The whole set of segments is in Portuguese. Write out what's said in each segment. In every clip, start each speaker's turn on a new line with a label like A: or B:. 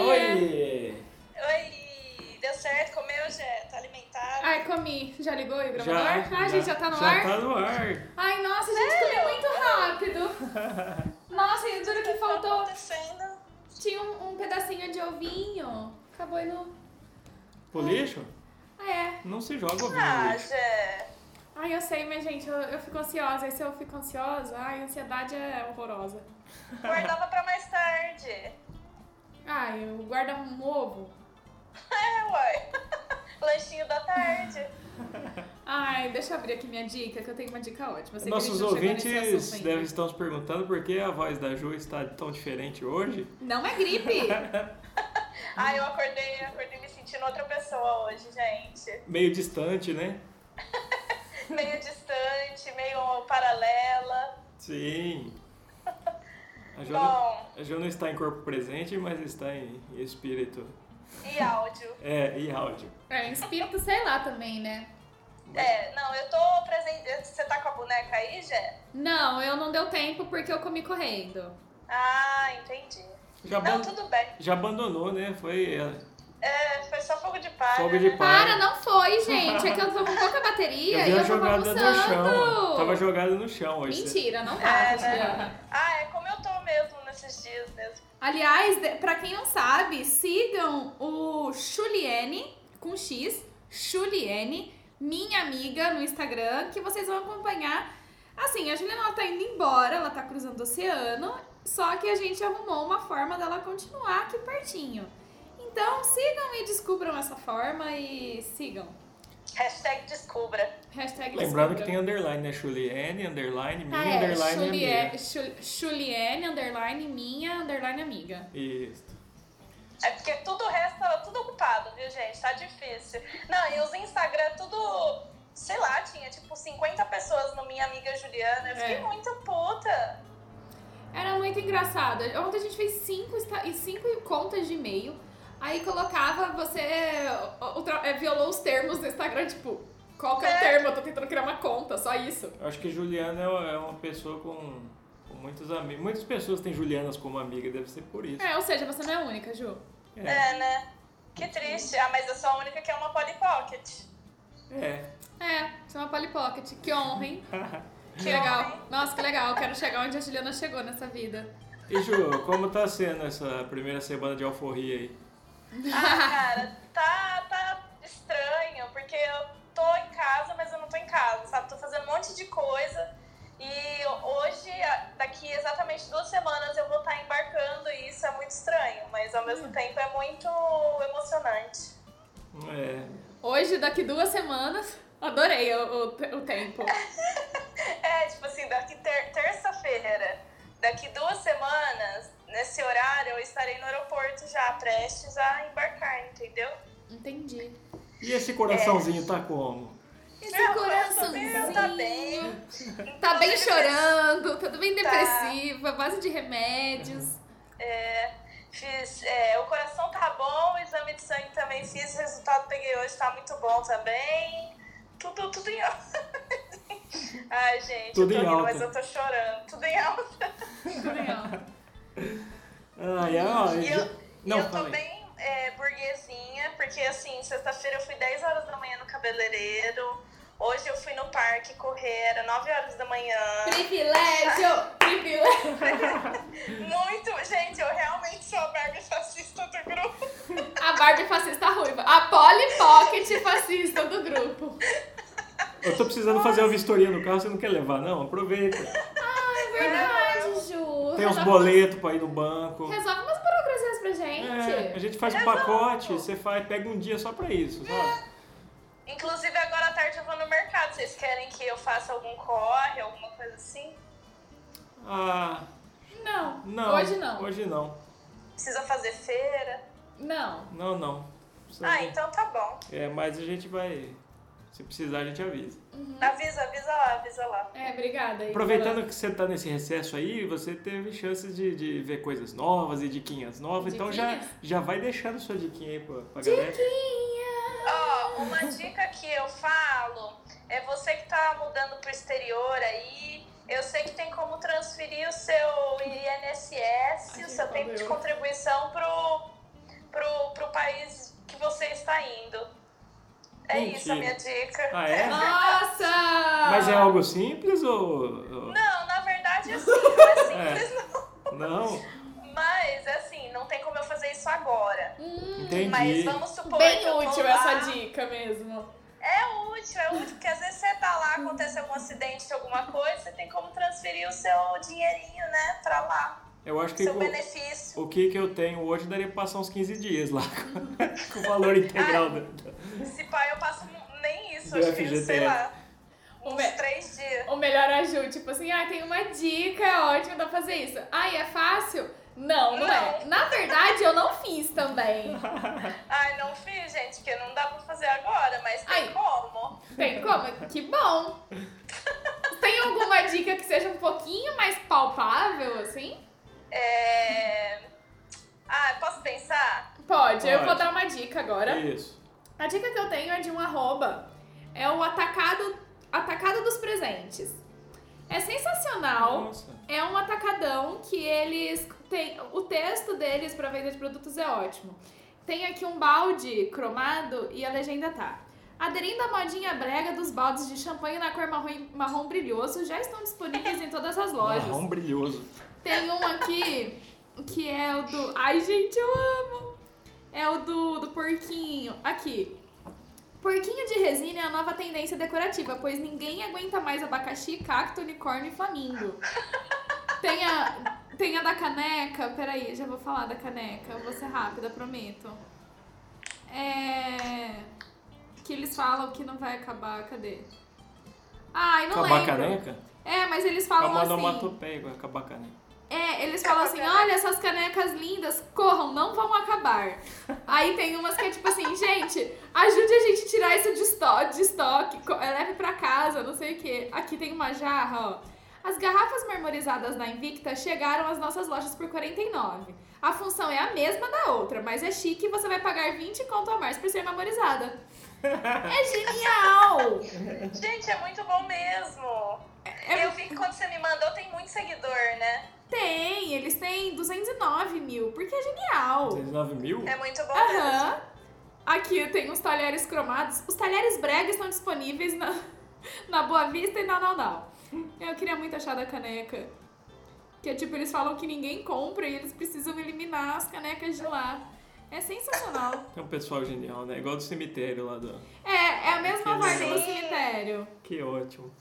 A: Oi!
B: Oi, deu certo? Comeu, já? Tá alimentado?
C: Ai, comi. Já ligou o gravador?
A: Já,
C: Ai, gente, já tá no
A: já
C: ar?
A: tá no ar.
C: Ai, nossa, a gente comeu muito rápido. Nossa, e duro que
B: Tá
C: faltou.
B: acontecendo.
C: Tinha um, um pedacinho de ovinho. Acabou indo.
A: Pro lixo?
C: Ah, é.
A: Não se joga o
B: Ah,
A: lixo.
B: Jé.
C: Ai, eu sei, mas gente, eu, eu fico ansiosa. E se eu fico ansiosa, ai, a ansiedade é horrorosa.
B: Guardava pra mais tarde.
C: Ai, eu guardo um ovo.
B: É, uai. Lanchinho da tarde.
C: Ai, deixa eu abrir aqui minha dica, que eu tenho uma dica ótima. Eu sei que
A: Nossos
C: a gente não chegou nesse
A: ouvintes
C: assunto ainda.
A: devem estar se perguntando por que a voz da Ju está tão diferente hoje.
C: Não é gripe!
B: Ah, eu acordei, acordei me sentindo outra pessoa hoje, gente.
A: Meio distante, né?
B: Meio distante, meio paralela.
A: Sim. A Ju,
B: Bom,
A: a Ju não está em corpo presente, mas está em espírito.
B: e áudio?
A: É, e áudio.
C: É, espírito, sei lá também, né?
B: É, não, eu tô presente. Você tá com a boneca aí, Jé?
C: Não, eu não deu tempo porque eu comi correndo.
B: Ah, entendi.
A: Já,
B: Não,
A: aban-
B: tudo bem.
A: já abandonou, né? Foi é,
B: É, foi só fogo de palha.
A: fogo de
B: né?
C: Para,
A: palha.
C: não foi, gente. É que eu tô com pouca
A: Eu
C: bateria
A: vi
C: e eu
A: a
C: tava
A: jogada no chão.
C: almoçando.
A: Tava jogada no chão hoje.
C: Mentira, não
B: É,
C: tava,
B: né?
C: Juliana.
B: Ah, é como eu tô mesmo nesses dias mesmo.
C: Aliás, de- pra quem não sabe, sigam o Juliene, com X, Juliene, minha amiga no Instagram, que vocês vão acompanhar. Assim, a Juliana ela tá indo embora, ela tá cruzando o oceano, só que a gente arrumou uma forma dela continuar aqui pertinho. Então sigam e descubram essa forma e sigam.
B: Hashtag descubra.
C: Hashtag
A: Lembrando que
C: descubram.
A: tem underline, né? Juliane, underline, minha,
C: Ah, é,
A: underline,
C: Juliane,
A: amiga.
C: Ju- Juliane, underline, minha, underline, amiga.
A: Isso.
B: É porque tudo o resto tava tudo ocupado, viu, gente? Tá difícil. Não, e os Instagram, tudo. Sei lá, tinha tipo 50 pessoas no Minha Amiga Juliana. Eu fiquei
C: É.
B: muito puta.
C: Era muito engraçado. Ontem a gente fez cinco, esta- e cinco contas de e-mail. Aí colocava, você o- o tra- é, violou os termos do Instagram, tipo, qual que é o
B: É.
C: termo? Eu tô tentando criar uma conta, só isso.
A: Eu acho que Juliana é uma- é uma pessoa com, com muitos amigos. Muitas pessoas têm Julianas como amiga, deve ser por isso.
C: É, ou seja, você não é única, Ju.
B: É, né? Que triste. Ah, mas eu sou a única que é uma Polly Pocket.
A: É.
C: É, chama Polly Pocket. Que honra, hein? Que legal. Nossa, que legal. Quero chegar onde a Juliana chegou nessa vida.
A: E Ju, como tá sendo essa primeira semana de alforria aí?
B: Ah, cara, tá, tá estranho, porque eu tô em casa, mas eu não tô em casa, sabe? Tô fazendo um monte de coisa. E hoje, a- daqui exatamente duas semanas, eu vou estar embarcando e isso é muito estranho, mas ao
C: Hum.
B: mesmo tempo é muito emocionante.
A: É.
C: Hoje, daqui duas semanas, adorei o- o, o tempo.
B: É, tipo assim, daqui ter- terça-feira, daqui duas semanas, nesse horário, eu estarei no aeroporto já, prestes a embarcar, entendeu?
C: Tá Entendi. É,
A: E esse coraçãozinho
B: É.
A: tá como?
C: Esse
B: Meu
C: coraçãozinho.
B: coraçãozinho tá bem.
C: Tá bem
B: Inclusive,
C: chorando, tudo bem
B: Tá.
C: depressiva, base de remédios.
B: É, fiz, é, o coração tá bom, o exame de sangue também fiz, o resultado peguei hoje, tá muito bom também. Tudo, tudo em alta. Ai, gente,
A: Tudo
B: eu
A: em
B: tô rindo,
A: alta.
B: mas eu tô chorando. Tudo em alta.
C: Tudo legal.
A: Ai, ai,
B: E eu, e
A: Não,
B: eu tô
A: fala aí.
B: bem é, burguesinha, porque assim, sexta-feira eu fui 10 horas da manhã no cabeleireiro. Hoje eu fui no parque correr, era 9 horas da manhã.
C: Privilégio! Privilégio!
B: Muito, gente, eu realmente sou a Barbie fascista do grupo.
C: A Barbie fascista ruiva. A Polly Pocket fascista do grupo.
A: Eu tô precisando fazer uma vistoria no carro, você não quer levar, não? Aproveita.
C: É verdade, Ju.
A: Tem uns
C: Resolve-
A: boletos pra ir no banco.
C: Resolve umas burocracias pra
A: É, a
C: gente.
A: gente faz um pacote, você faz, pega um dia só pra isso, sabe?
B: Inclusive, agora à tarde eu vou no mercado. Vocês querem que eu faça algum corre, alguma coisa assim?
A: Ah,
C: Não.
A: não.
C: Hoje não.
A: Hoje não.
B: Precisa fazer feira?
C: Não.
A: Não, não. Precisa
B: Ah,
A: não.
B: então tá bom.
A: É, mas a gente vai. Se precisar, a gente avisa.
C: Uhum.
B: Avisa, avisa lá, avisa lá.
C: É, obrigada. aí,
A: Aproveitando
C: Fernanda.
A: que você tá nesse recesso aí, você teve chances de, de ver coisas novas e diquinhas novas. Então já,
C: Diquinhas?
A: já vai deixando sua diquinha aí pra, pra galera.
C: Diquinha!
B: Ó, uma dica que eu falo é você que tá mudando pro exterior aí. Eu sei que tem como transferir o seu INSS,
C: Ai,
B: o seu
C: gente,
B: tempo de
C: valeu.
B: contribuição pro, pro, pro país que você está indo. É isso a minha dica.
A: Ah, é?
D: Nossa!
A: Mas é algo simples ou. ou-
B: Não, na verdade é simples, é simples não.
A: Não?
B: Mas assim, não tem como eu fazer isso agora.
A: Entendi.
B: Mas vamos supor que
C: Bem
B: eu tô
C: útil
B: lá-
C: essa dica mesmo.
B: É útil, é útil, porque às vezes você tá lá, acontece algum acidente, alguma coisa, você tem como transferir o seu dinheirinho, né, pra lá.
A: Eu acho que
B: Seu
A: o,
B: benefício.
A: o que que eu tenho hoje daria pra passar uns 15 dias lá com, com o valor integral.
C: Ah,
A: da- da-
B: Se pá, eu passo um, nem isso,
A: Do
B: acho que, sei
A: FGTS.
B: lá,
C: O
B: uns
C: me-
B: três dias.
C: O melhor ajuda, tipo assim, ah, tem uma dica ótima pra fazer isso. Ah, e é fácil? Não, não, é.
B: Não.
C: Na verdade, eu não fiz também.
B: Ai, não fiz, gente, porque não dá pra fazer agora, mas tem
C: Ai.
B: como.
C: Tem como? Que bom. Tem alguma dica que seja um pouquinho mais palpável, assim?
B: É... Ah, posso pensar?
C: Pode, eu vou
A: Pode.
C: dar uma dica agora.
A: Isso.
C: A dica que eu tenho é de um arroba. É o atacado, atacado dos presentes. É sensacional.
A: Nossa.
C: É um atacadão que eles têm. O texto deles para venda de produtos é ótimo. Tem aqui um balde cromado e a legenda tá. Aderindo à modinha brega dos baldes de champanhe na cor marrom, marrom brilhoso, já estão disponíveis em todas as lojas.
A: Marrom brilhoso.
C: Tem um aqui que é o do. Ai, gente, eu amo! É o do, do porquinho. Aqui. Porquinho de resina é a nova tendência decorativa, pois ninguém aguenta mais abacaxi, cacto, unicórnio e flamingo. Tem a, tem a da caneca. Peraí, já vou falar da caneca. Eu vou ser rápida, prometo. É. Que eles falam que não vai acabar. Cadê? Ai, não
A: Acabar a
C: lembro.
A: caneca?
C: É, mas eles
A: É
C: falam
A: uma
C: assim.
A: onomatopeia igual acabar a caneca.
C: É, eles falam assim: olha, essas canecas lindas, corram, não vão acabar. Aí tem umas que é tipo assim: gente, ajude a gente a tirar isso de estoque, de estoque co- é, leve pra casa, não sei o quê. Aqui tem uma jarra, ó. As garrafas marmorizadas da Invicta chegaram às nossas lojas por R$ 49. A função é a mesma da outra, mas é chique e você vai pagar 20 conto a mais por ser marmorizada. É genial!
B: Gente, é muito bom mesmo.
C: É
B: Eu vi que quando você me mandou tem muito seguidor, né?
C: Tem, eles têm 209 mil, porque é genial.
A: 19 mil?
B: É muito bom mesmo.
C: Aham. Aqui tem os talheres cromados. Os talheres brega estão disponíveis na, na Boa Vista e na Não Não. Eu queria muito achar da caneca. Que é tipo, eles falam que ninguém compra e eles precisam eliminar as canecas de lá. É sensacional.
A: Tem um pessoal genial, né? Igual do cemitério lá do.
C: É, é a mesma
A: Que
C: vibe do
B: legal.
C: cemitério.
A: Que ótimo.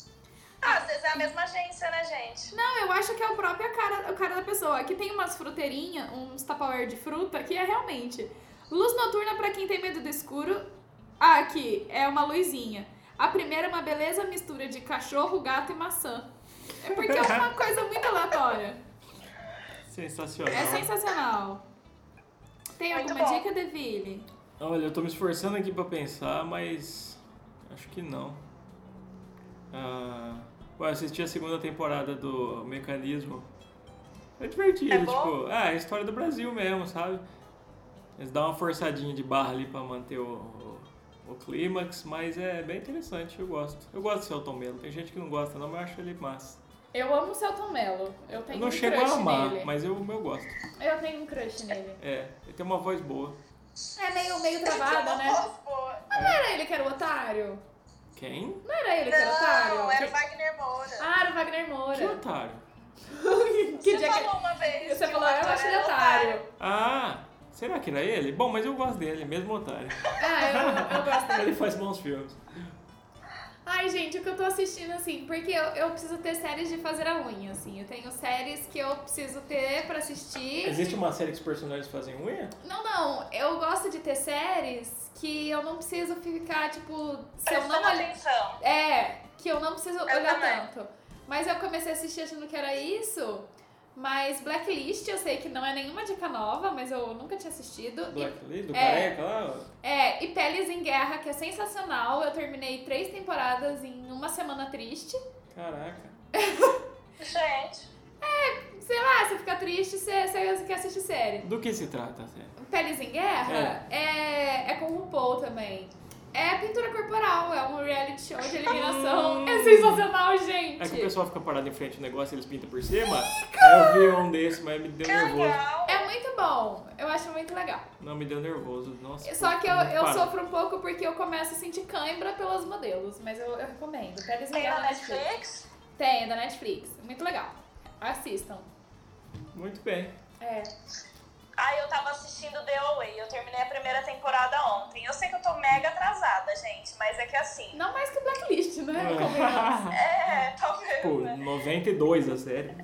B: Ah, às vezes é a mesma agência, né, gente?
C: Não, eu acho que é o próprio cara, o cara da pessoa. Aqui tem umas fruteirinhas, uns tapaware de fruta, que é realmente. Luz noturna pra quem tem medo do escuro. Ah, aqui, é uma luzinha. A primeira é uma beleza mistura de cachorro, gato e maçã. É porque é uma coisa muito aleatória.
A: Sensacional.
C: É sensacional. Tem
B: Muito
C: alguma
B: bom.
C: dica, Deville?
A: Olha, eu tô me esforçando aqui pra pensar, mas. Acho que não. Ah, ué, eu assisti a segunda temporada do Mecanismo. É divertido,
B: É bom?
A: tipo. Ah, é a história do Brasil mesmo, sabe? Eles dão uma forçadinha de barra ali pra manter o, o, o clímax, mas é bem interessante, eu gosto. Eu gosto do Celton Mello, tem gente que não gosta não, mas eu acho ele massa.
C: Eu amo o Celton Mello. Eu um
A: Eu
B: um
A: não chego a amar, mas eu, eu gosto.
C: Eu tenho um crush nele.
A: É, ele tem uma voz boa.
C: É meio, meio travada,
B: Não,
C: né? Não era ele que era o otário?
A: Quem?
C: Não era ele que era o é otário?
B: Não, era o Wagner Moura.
C: Ah, era o Wagner
A: Que
C: Moura.
A: otário.
C: Que
B: Você
C: dia
B: falou uma
C: que-
B: vez.
C: Você
B: que
C: falou,
B: o
C: eu
B: ator
C: acho ele
B: era
C: otário.
A: Ah, será que era ele? Bom, mas eu gosto dele, mesmo otário.
C: Ah, eu, eu gosto dele.
A: Ele faz bons filmes.
C: Ai, gente, o que eu tô assistindo, assim, porque eu, eu preciso ter séries de fazer a unha, assim. Eu tenho séries que eu preciso ter pra assistir.
A: Existe uma série que os personagens fazem unha?
C: Não, não, eu gosto de ter séries que eu não preciso ficar, tipo, se eu não
B: Prestando
C: olhar.
B: atenção.
C: É, que eu não preciso olhar
B: também.
C: tanto. Mas eu comecei a assistir achando que era isso. Mas Blacklist, eu sei que não é nenhuma dica nova, mas eu nunca tinha assistido. E
A: Blacklist, do
C: É.
A: careca lá?
C: É, e Peles em Guerra, que é sensacional. Eu terminei três temporadas em uma semana triste.
A: Caraca.
B: Gente,
C: Sei lá, Ah, você fica triste, você, você quer assistir série.
A: Do que se trata a série?
C: Peles em Guerra é, é, com o RuPaul também. É pintura corporal, é um reality show de eliminação. é sensacional, gente.
A: Ah. É que o pessoal fica parado em frente ao negócio e eles pintam por cima? Aí eu vi um desse, mas me deu
B: que
A: nervoso.
B: legal.
C: É muito muito bom. Eu acho muito legal.
A: Não, me deu nervoso. Nossa.
C: Só que eu,
A: não
C: eu
A: para.
C: sofro um pouco porque eu começo a sentir cãibra pelos modelos. Mas eu, eu recomendo. Pega esse
B: Tem
C: modelo
B: na
C: da Netflix.
B: Netflix?
C: é Tem, é da Netflix. Muito legal. Assistam.
A: Muito bem.
C: É.
B: Ah, eu tava assistindo The Away. Eu terminei a primeira temporada ontem. Eu sei que eu tô mega atrasada, gente, mas é que assim.
C: Não mais que Blacklist, né?
A: É.
C: Combinamos.
B: É, talvez.
A: Pô,
B: né?
A: 92 a série.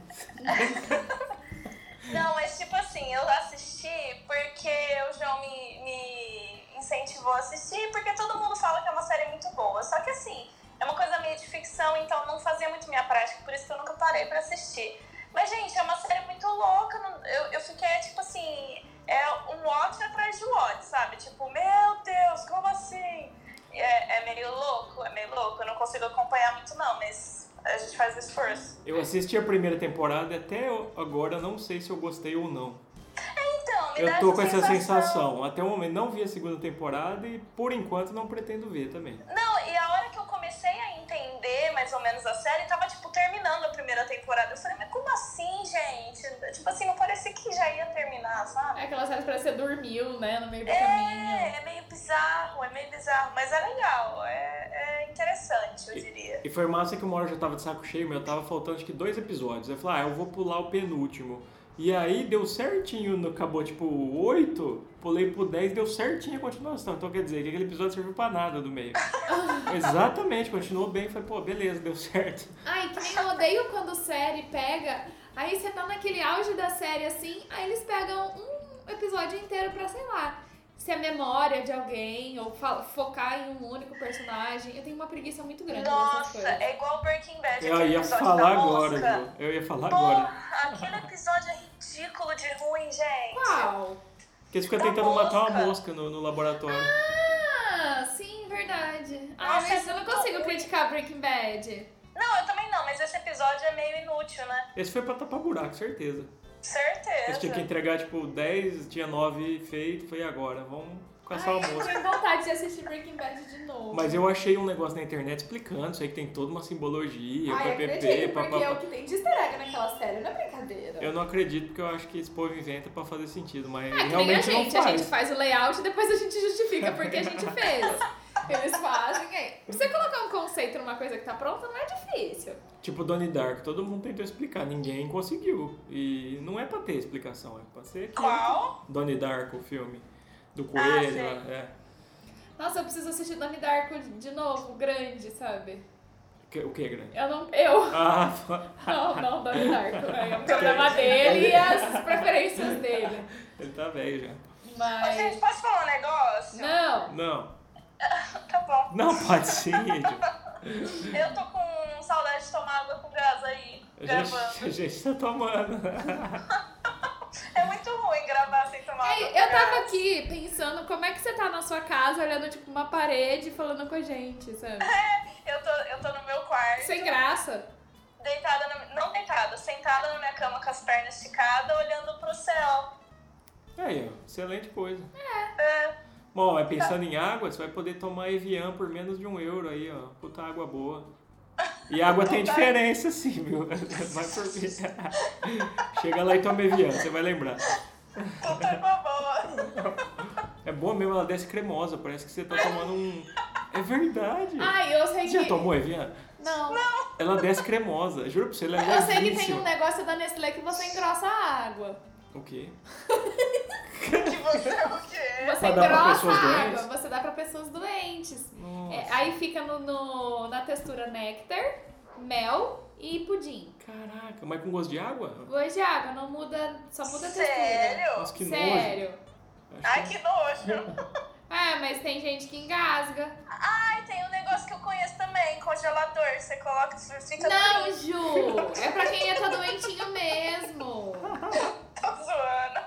B: Não, mas tipo assim, eu assisti porque o João me, me incentivou a assistir, porque todo mundo fala que é uma série muito boa. Só que assim, é uma coisa meio de ficção, então não fazia muito minha prática, por isso que eu nunca parei pra assistir. Mas, gente, é uma série muito louca. não- Eu, eu fiquei, tipo assim, é um watch atrás de watch, sabe? Tipo, meu Deus, como assim? É, é meio louco, é meio louco. Eu não consigo acompanhar muito, não, mas a gente faz o esforço.
A: Eu assisti a primeira temporada e até eu- agora não sei se eu gostei ou não.
B: Então, me dá
A: Eu tô com essa sensação. Até o momento não vi a segunda temporada e por enquanto não pretendo ver também.
B: Não, e a hora que eu comecei a entender mais ou menos a série, tava, tipo, terminando a primeira temporada. Eu falei, mas como assim, gente? Tipo assim, não parecia que já ia terminar, sabe?
C: É aquela série que parece que você dormiu, né? No meio do caminho.
B: É, é meio bizarro, é meio bizarro, mas é legal, é, é interessante, eu diria.
A: E foi massa que uma hora eu já tava de saco cheio, meu, tava faltando acho que dois episódios. Eu falei, ah, eu vou pular o penúltimo. E aí deu certinho, no- acabou tipo oito pulei pro 10, deu certinho a continuação. Então quer dizer que aquele episódio serviu pra nada do meio. Exatamente, continuou bem, falei, pô, beleza, deu certo.
C: Ai, que nem eu odeio quando série pega. Aí você tá naquele auge da série assim, aí eles pegam um episódio inteiro pra, sei lá, ser a memória de alguém ou fa- focar em um único personagem. Eu tenho uma preguiça muito grande dessas
B: Nossa,
C: coisas.
B: é igual Breaking Bad,
A: Eu
B: aquele
A: ia
B: episódio
A: falar
B: da
A: agora,
B: mosca.
A: Ju. Eu ia falar agora.
B: Porra, aquele episódio é ridículo de ruim, gente.
C: Qual?
A: Porque eles ficam
B: da
A: tentando matar uma
B: mosca.
A: mosca no, no laboratório.
C: Ah, sim, verdade. Ah,
B: Nossa,
C: mas
B: é
C: eu não
B: muito
C: consigo
B: ruim.
C: criticar Breaking Bad.
B: Não, eu também não, mas esse episódio é meio inútil, né?
A: Esse foi pra tapar buraco, certeza. Eles tinham que
B: Certeza.
A: entregar tipo 10, tinha 9 feito, foi agora, vamos caçar uma
C: Ai, eu
A: mosca.
C: tenho vontade de assistir Breaking Bad de novo.
A: Mas eu achei um negócio na internet explicando isso aí que tem toda uma simbologia,
C: Ai,
A: PPP,
C: acredito, porque é o
A: papapá.
C: que tem de easter egg naquela série, não é brincadeira.
A: Eu não acredito porque eu acho que esse povo inventa pra fazer sentido, mas
C: É que nem a
A: realmente
C: gente,
A: não
C: a
A: faz.
C: gente faz o layout e depois a gente justifica porque a gente fez. Eles fazem. é. Pra Você colocar um conceito numa coisa que tá pronta não é difícil.
A: Tipo Donnie Dark, todo mundo tentou explicar, ninguém conseguiu. E não é pra ter explicação, é pra ser
B: Qual?
A: Donnie Dark, o filme do coelho,
B: Ah,
A: é.
C: Nossa, eu preciso assistir Donnie Darko de de novo, grande, sabe?
A: Que- O que, grande?
C: Eu não. Eu.
A: Ah, tá.
C: Não, não, Donnie Darko. É o programa dele e as preferências dele.
A: ele tá velho já.
B: Ô,
C: Mas.
B: gente, posso falar um negócio?
C: Não!
A: Não,
B: Tá bom.
A: não pode sim, Ed.
B: Eu tô com saudade de tomar água com gás aí,
A: A
B: gravando.
A: gente, a gente tá tomando.
B: É muito ruim gravar sem tomar água
C: Ei,
B: com
C: Eu tava
B: gás.
C: aqui pensando como é que você tá na sua casa olhando tipo uma parede e falando com a gente, sabe?
B: Eu tô, eu tô no meu quarto,
C: Sem graça.
B: deitada, na- não deitada, sentada na minha cama com as pernas esticadas, olhando pro céu.
A: Aí, ó, excelente coisa.
B: É,
A: Bom,
C: Tá.
A: mas pensando em água, você vai poder tomar Evian por menos de um euro aí, ó. Puta água boa. E água tem diferença, sim, viu? Vai por mim. Chega lá e toma Evian, você vai lembrar.
B: tudo é uma boa.
A: É boa mesmo, ela desce cremosa, parece que você tá tomando um. É verdade.
C: Ai, eu sei
A: Você
C: que.
A: já tomou Evian?
C: Não.
A: Ela desce cremosa, juro pra você, ela é
C: Eu sei que tem
A: levíssima.
C: um negócio da Nestlé que você engrossa a água.
A: O quê?
B: Que você é o quê?
C: Você
A: Pra dar pra
C: engrossa
A: pessoas
C: a água,
A: doentes?
C: você dá pra pessoas doentes.
A: Nossa,
C: É, aí fica no, no- na textura néctar, mel e pudim.
A: Caraca, mas com gosto de água?
C: Gosto de água, não muda, só muda a textura. né?
B: Sério?
A: Nossa, que nojo.
C: Sério.
A: Acho
B: Ai, que nojo.
C: É, mas tem gente que engasga.
B: Ai, tem um negócio que eu conheço também, congelador. Você coloca, fica
C: Não,
B: frio.
C: Ju! É pra quem é tá doentinho mesmo.
B: Tô zoando.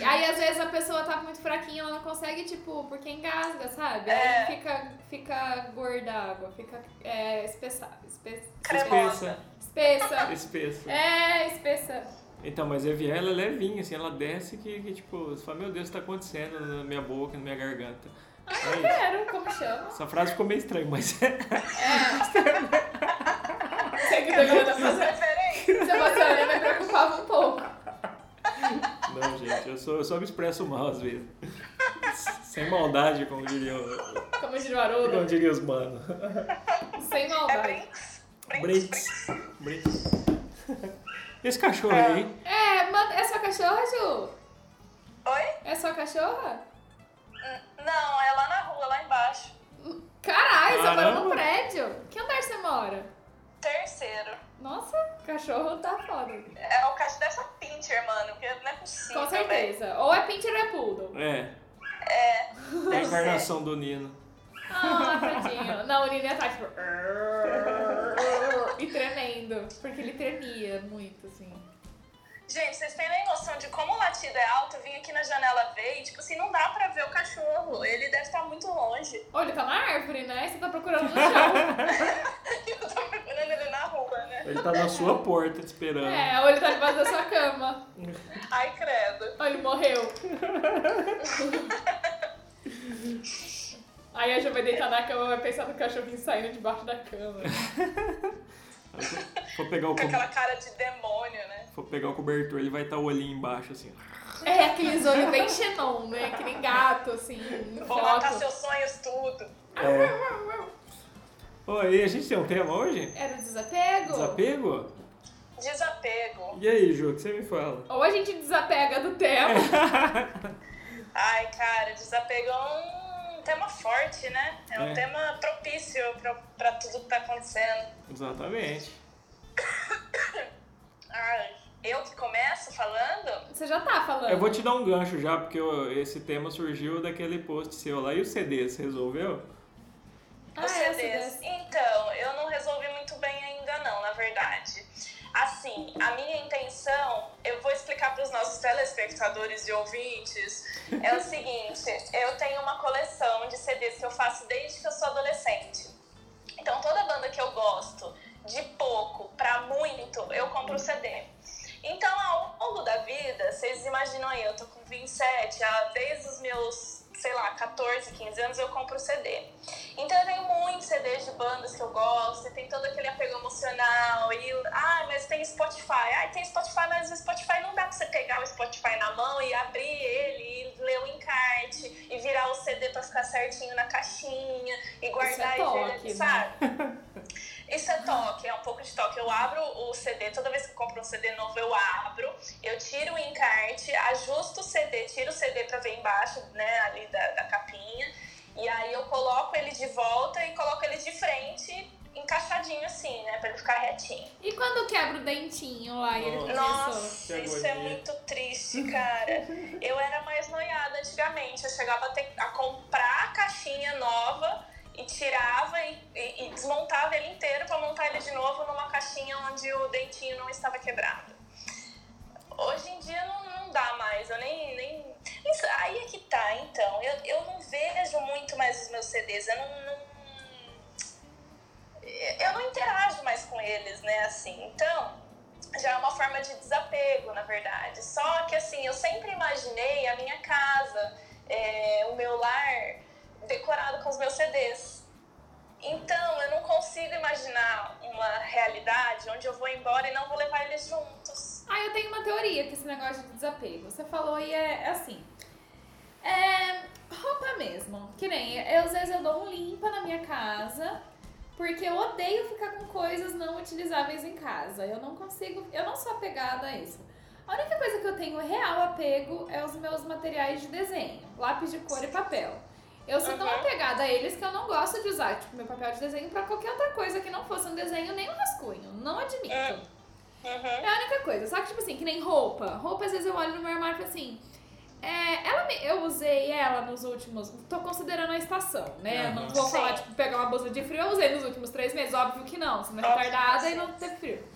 C: E aí, às vezes, a pessoa tá muito fraquinha, ela não consegue, tipo, porque engasga, sabe?
B: É.
C: Aí fica, fica gorda a água, fica é, espessa, espessa,
B: Cremosa.
C: espessa.
A: Espessa.
C: É, espessa.
A: Então, mas a Evian, ela é levinha, assim, ela desce que, que, tipo, você fala, meu Deus, o que tá acontecendo na minha boca, na minha garganta. É isso.
C: Quero, como chama?
A: Essa frase ficou meio estranha, mas é.
C: Sei
B: É
C: que o Danilo tá
B: Preferência.
C: Sebastiana me preocupava um pouco.
A: Não, gente. gente. Eu só, eu só me expresso mal às vezes. Sem maldade, como diriam,
C: Como diria o Haroldo,
A: como diriam os manos.
C: sem
B: É
C: maldade.
B: Brinks. Brinks. Brinks.
A: Brinks. Brinks. Esse cachorro aí, hein?
C: É, manda, é sua cachorra, Ju?
B: Oi?
C: É sua cachorra?
B: N- Não, é lá na rua, lá embaixo.
C: Caralho, você mora num
A: Caramba.
C: prédio. Que andar você mora?
B: Terceiro.
C: Nossa, cachorro tá foda.
B: É o caixa dessa pincher, mano, porque não é possível.
C: Com
B: velho.
C: certeza. Ou é pincher ou é poodle.
A: É, a
B: Deve ser.
A: encarnação do Nino.
C: Ah, tadinho. Não, o Nino tá tipo... E tremendo. Porque ele tremia muito, assim.
B: Gente, vocês têm nem noção de como o latido é alto? Eu vim aqui na janela ver e, tipo assim, não dá pra ver o cachorro. Ele deve estar muito longe.
C: Ou ele tá na árvore, né? Você tá procurando no chão.
B: Eu tô procurando ele na rua, né?
A: Ele tá na sua porta te esperando.
C: É, ou ele tá debaixo da sua cama.
B: Ai, credo.
C: Ou ele morreu. Aí a Ju vai deitar na cama e vai pensar no cachorrinho saindo debaixo da cama.
A: Vou pegar
B: Com
A: o co-
B: aquela cara de demônio, né?
A: Vou pegar o cobertor, ele vai estar o olhinho embaixo, assim.
C: É, aqueles olhos bem xenon, né? Que nem gato, assim, em
B: Vou matar
C: foto.
B: seus sonhos tudo.
A: É. Oi, É. a gente tem um tema hoje?
C: Era o desapego?
A: Desapego?
B: Desapego.
A: E aí, Ju, o que você me fala?
C: Ou a gente desapega do tema.
B: Ai, cara, desapego é um tema forte, né? É um
A: É.
B: tema propício pra, pra tudo que tá acontecendo.
A: Exatamente.
B: Ai, Ah, eu que começo falando?
C: Você já tá falando.
A: Eu vou te dar um gancho já, porque eu- esse tema surgiu daquele post seu lá. E o CD, você resolveu?
C: Ah,
B: Os
C: é,
B: CDs.
C: CDs.
B: Então, eu não resolvi muito bem ainda não, na verdade. Assim, a minha intenção, eu vou explicar para os nossos telespectadores e ouvintes, é o seguinte, eu tenho uma coleção de CDs que eu faço desde que eu sou adolescente. Então, toda banda que eu gosto, de pouco para muito, eu compro o CD. Então, ao longo da vida, vocês imaginam aí, eu tô com 27, ah, desde os meus, sei lá, 14, 15 anos eu compro CD. Então eu tenho muitos CDs de bandas que eu gosto, e tem todo aquele apego emocional, e ah, mas tem Spotify, ah, tem Spotify, mas o Spotify não dá pra você pegar o Spotify na mão e abrir ele, e ler o encarte, e virar o CD pra ficar certinho na caixinha, e guardar e
C: é toque, né?
B: ver, sabe? Isso é toque, é um pouco de toque. Eu abro o CD, toda vez que eu compro um CD novo, eu abro, eu tiro o encarte, ajusto o CD, tiro o CD pra ver embaixo, né, ali da, da capinha, e aí eu coloco ele de volta e coloco ele de frente, encaixadinho assim, né, pra ele ficar retinho.
C: E quando quebra o dentinho lá e ele
A: Nossa.
C: começou?
B: Nossa, isso é
A: agonia.
B: muito triste, cara. Eu era mais noiada antigamente, eu chegava a, ter- a comprar a caixinha nova e tirava e, e- e desmontava ele inteiro pra montar ele de novo numa caixinha onde o dentinho não estava quebrado. Hoje em dia não, não dá mais, eu nem. nem... Isso, aí é que tá, então. Eu, eu não vejo muito mais os meus CDs, eu não- não, eu não interajo mais com eles, né, assim. Então, já é uma forma de desapego, na verdade. Só que, assim, eu sempre imaginei a minha casa, é, o meu lar, decorado com os meus CDs. Então, eu não consigo imaginar uma realidade onde eu vou embora e não vou levar eles juntos.
C: Ah, eu tenho uma teoria com esse negócio de desapego. Você falou e é, é assim. É, roupa mesmo. Que nem, eu, às vezes eu dou um limpa na minha casa, porque eu odeio ficar com coisas não utilizáveis em casa. Eu não consigo, eu não sou apegada a isso. A única coisa que eu tenho real apego é os meus materiais de desenho, lápis de cor e papel. Eu sou tão
B: Uhum.
C: apegada a eles que eu não gosto de usar, tipo, meu papel de desenho pra qualquer outra coisa que não fosse um desenho nem um rascunho. Não admito.
B: É. Uhum.
C: É a única coisa. Só que, tipo assim, que nem roupa. Roupa, às vezes eu olho no meu armário e falo assim. É, ela me- eu usei ela nos últimos. Tô considerando a estação, né? Eu não
A: Aham.
C: vou
B: Sim.
C: falar, tipo, pegar uma bolsa de frio. Eu usei nos últimos três meses. Óbvio que não. Você não é
B: Óbvio,
C: retardada e
B: sim.
C: não teve frio.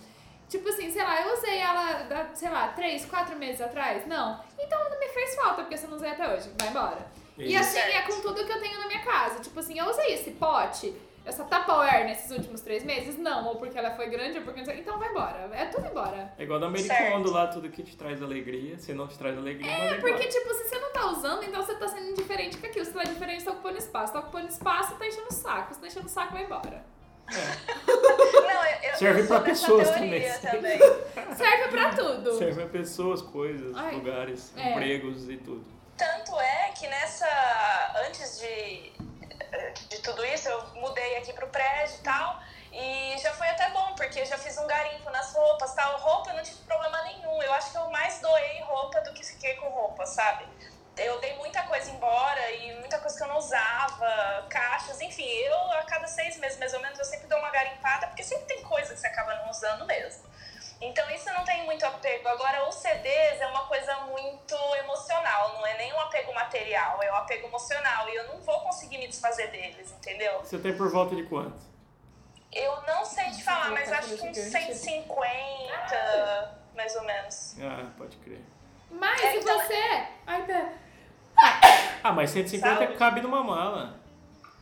C: Tipo assim, sei lá, eu usei ela, da- sei lá, três, quatro meses atrás? Não. Então não me fez falta, porque você não usei até hoje. Vai embora. E assim é
B: Certo.
C: com tudo que eu tenho na minha casa. Tipo assim, eu usei esse pote, essa Tupperware nesses últimos três meses? Não, ou porque ela foi grande, ou porque não sei. Então vai embora. É tudo embora.
A: É igual da Americondo lá, tudo que te traz alegria. Se não te traz alegria,
C: É
A: manda
C: porque,
A: embora.
C: tipo, se você não tá usando, então você tá sendo indiferente com aquilo. Se tá diferente, tá ocupando espaço. Tá ocupando espaço, tá enchendo o saco. Se tá enchendo o saco, vai embora.
B: Não, eu, eu,
A: Serve
B: eu
A: pra
B: sou dessa
A: pessoas
B: teoria
A: também.
B: também.
C: Serve pra tudo.
A: Serve a pessoas, coisas,
C: Ai,
A: lugares,
C: é.
A: empregos e tudo.
B: Tanto é que nessa. Antes de, de tudo isso, eu mudei aqui pro prédio e tal. E já foi até bom, porque eu já fiz um garimpo nas roupas tal. Roupa eu não tive problema nenhum. Eu acho que eu mais doei roupa do que fiquei com roupa, sabe? Eu dei muita coisa embora e muita coisa que eu não usava, caixas, enfim. Eu, a cada seis meses mais ou menos, eu sempre dou uma garimpada, porque sempre tem coisa que você acaba não usando mesmo. Então isso não tem muito apego. Agora, os CDs é uma coisa muito emocional, não é nem um apego material, é um apego emocional. E eu não vou conseguir me desfazer deles, entendeu?
A: Você tem por volta de quanto?
B: Eu não sei te falar,
E: Nossa,
B: mas
E: tá
B: acho que uns
E: gigante.
B: 150, mais ou menos.
A: Ah, pode crer.
C: Mas
B: É,
C: se
B: então-
C: você. Ai, pera.
A: Ah, mas 150
B: Sabe?
A: cabe numa mala.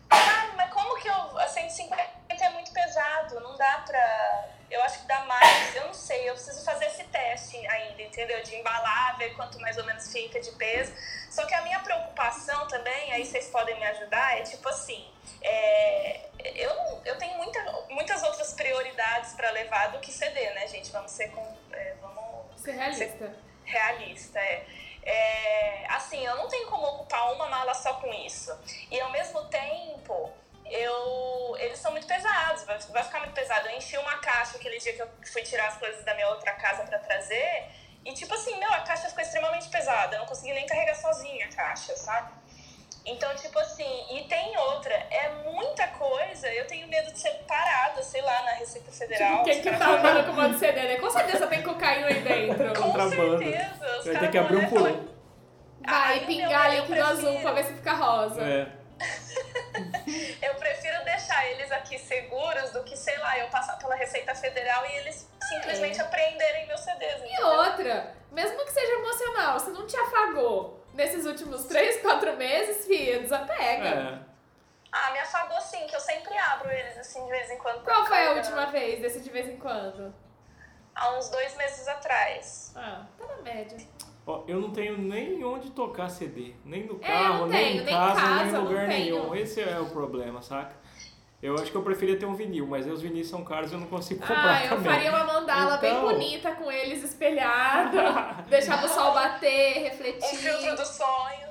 B: Ah, mas como que eu. a 150 é muito pesado, não dá pra. Eu acho que dá mais, eu não sei, eu preciso fazer esse teste ainda, entendeu? De embalar, ver quanto mais ou menos fica de peso. Só que a minha preocupação também, aí vocês podem me ajudar, é tipo assim, é, eu, não- eu tenho muita, muitas outras prioridades pra levar do que CD, né, gente? Vamos ser com. é, vamos
C: Ser realista.
B: realista, é. É, Assim, eu não tenho como ocupar uma mala só com isso. E ao mesmo tempo, eu eles são muito pesados, vai, vai ficar muito pesado. Eu enchi uma caixa aquele dia que eu fui tirar as coisas da minha outra casa pra trazer. E tipo assim, meu, a caixa ficou extremamente pesada. Eu não consegui nem carregar sozinha a caixa, sabe? Então, tipo assim, e tem outra, é muita coisa, eu tenho medo de ser parada, sei lá, na Receita Federal.
C: Tipo,
B: os
C: quem que
B: caras
C: tá
B: vão-
C: andando com um monte de CD, né? Com certeza tem cocaína aí dentro.
B: Com
A: Contrabando.
B: certeza. os
A: Você vai ter
B: caras
A: que abrir
B: vão
A: um
B: levar.
A: pulão.
C: Vai
B: Ai,
C: pingar
B: meu, eu
C: líquido azul
B: prefiro.
C: pra ver se fica rosa.
A: É.
B: Eu prefiro deixar eles aqui seguros do que, sei lá, eu passar pela Receita Federal e eles simplesmente
C: É.
B: apreenderem meus CDs.
C: E
B: entendeu?
C: outra, mesmo que seja emocional, se não te afagou nesses últimos 3, 4 meses, filha, desapega.
A: É.
B: Ah, me afagou sim, que eu sempre abro eles assim de vez em quando.
C: Qual foi a
B: Cara,
C: última vez desse de vez em quando?
B: Há uns dois meses atrás.
C: Ah, tá na média.
A: Ó, eu não tenho nem onde tocar CD. Nem no
C: É,
A: carro,
C: eu não
A: nem
C: tenho,
A: em
C: nem em
A: casa, nem
C: casa,
A: em
C: não
A: lugar
C: tenho.
A: nenhum. Esse é o problema, saca? Eu acho que eu preferia ter um vinil, mas aí os vinis são caros e eu não consigo comprar
C: Ah, eu
A: também.
C: faria uma mandala bem
A: Então-
C: bonita com eles espelhada, deixava o sol bater,
B: Um filtro
C: refletir.
B: dos sonhos.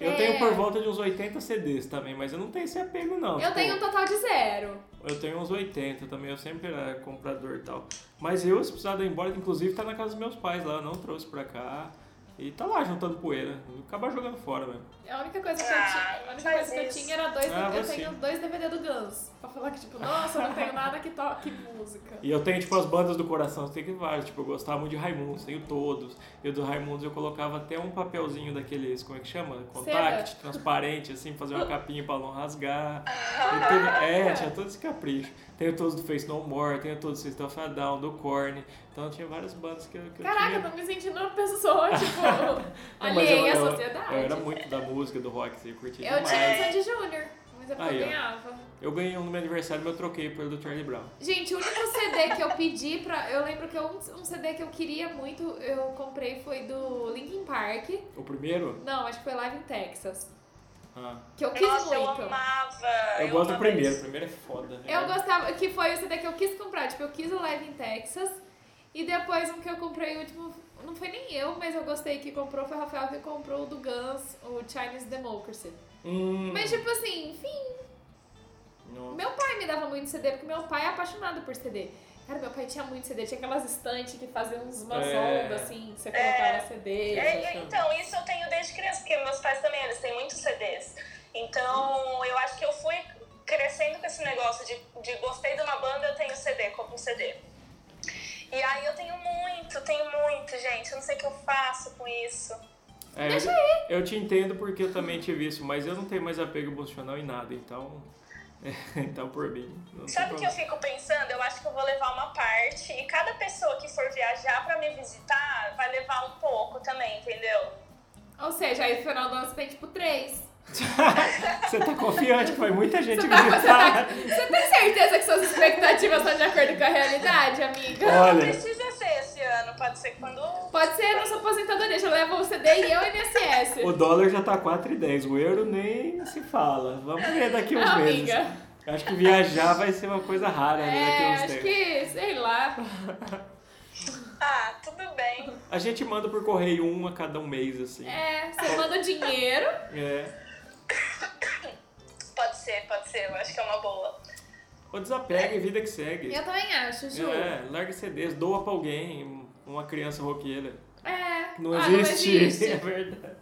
A: Eu
C: É.
A: tenho por volta de uns 80 CDs também, mas eu não tenho esse apego, não.
C: Eu
A: Tipo,
C: tenho um total de zero.
A: Eu tenho uns 80 também, eu sempre era comprador e tal. Mas eu, se precisar ir embora, inclusive tá na casa dos meus pais lá, eu não trouxe pra cá. E tá lá juntando poeira. Acabar jogando fora mesmo.
C: É A única coisa que eu
B: Ah,
C: tinha, a única
B: faz
C: coisa que eu
B: isso.
C: tinha era dois,
A: Ah,
C: eu
A: você.
C: tenho dois DVD do Guns. Pra falar que, tipo, nossa, eu não tenho nada que toque música.
A: E eu tenho, tipo, as bandas do coração, tem que várias. Tipo, eu gostava muito de Raimundos, tenho todos. E o do Raimundos eu colocava até um papelzinho daqueles, como é que chama? Contact, transparente, assim, fazer uma capinha pra não rasgar. E tudo- é, tinha todo esse capricho. Tenho todos do Face No More, tenho todos do System of a Down, do Korn. Então tinha várias bandas que eu, que eu
C: Caraca,
A: tinha.
C: eu tô me sentindo uma pessoa, tipo,
A: Não, mas eu-
C: alheia à
A: eu-
C: sociedade.
A: Eu era muito da música, do rock, assim, eu curtia
C: Eu
A: demais.
C: tinha o Sandy Júnior, mas é porque
A: Aí,
C: eu
A: ó.
C: ganhava.
A: Eu ganhei um no meu aniversário, mas eu troquei pelo do Charlie Brown.
C: Gente, o único CD que eu pedi pra. Eu lembro que um, um CD que eu queria muito, eu comprei foi do Linkin Park.
A: O primeiro?
C: Não, acho que foi Live em Texas.
A: Ah,
C: Que então? eu quis
B: Nossa, eu
C: muito.
B: amava.
A: eu, gosto do
B: amava
A: primeiro, o
B: isso.
A: primeiro é foda. né?
C: Eu gostava, que foi o CD que eu quis comprar. Tipo, eu quis o Live em Texas. E depois um que eu comprei, o último, não foi nem eu, mas eu gostei que comprou, foi o Rafael que comprou o do Guns, o Chinese Democracy.
A: Hum,
C: Mas tipo assim, enfim,
A: não.
C: meu pai me dava muito CD, porque meu pai é apaixonado por CD. Cara, meu pai tinha muito CD, tinha aquelas estantes que faziam uns- umas
A: É.
C: ondas assim, que você colocava CD.
B: É, e- então, isso eu tenho desde criança, porque meus pais também, eles têm muitos CDs. Então, eu acho que eu fui crescendo com esse negócio de, de gostei de uma banda, eu tenho CD, compro um CD. E aí eu tenho muito, tenho muito, gente. Eu não sei o que eu faço com isso.
A: É,
C: Deixa
A: eu, eu te entendo porque eu também tive isso, mas eu não tenho mais apego emocional em nada, então. então, por mim. Não tem
B: Sabe o que eu
A: problema.
B: fico pensando? Eu acho que eu vou levar uma parte e cada pessoa que for viajar pra me visitar vai levar um pouco também, entendeu?
C: Ou seja, aí no final do ano você tem tipo três.
A: Você tá confiante que vai muita gente
C: Você,
A: me
C: tá- você tá-
A: visitar.
C: você tem certeza que suas expectativas estão de acordo com a realidade, amiga?
B: Então, Não
A: Olha,
B: precisa ser esse ano, pode ser quando
C: Pode ser a nossa aposentadoria, já leva o CD e eu o INSS.
A: o dólar já tá 4,10, o euro nem se fala. Vamos ver daqui uns
C: Não,
A: meses.
C: Ah, amiga.
A: Eu acho que viajar vai ser uma coisa rara, né? daqui a
C: É,
A: uns
C: acho
A: tempos.
C: que, sei lá.
B: Ah, tudo bem.
A: A gente manda por correio um a cada um mês, assim.
C: É, você manda o dinheiro.
A: É.
B: Pode ser, pode ser. Eu acho que é uma boa.
A: Ou desapega e vida que segue.
C: Eu também acho, Ju. É.
A: É, larga CDs, doa pra alguém, uma criança roqueira. Não
C: ah,
A: existe.
C: Não existe.
A: É verdade.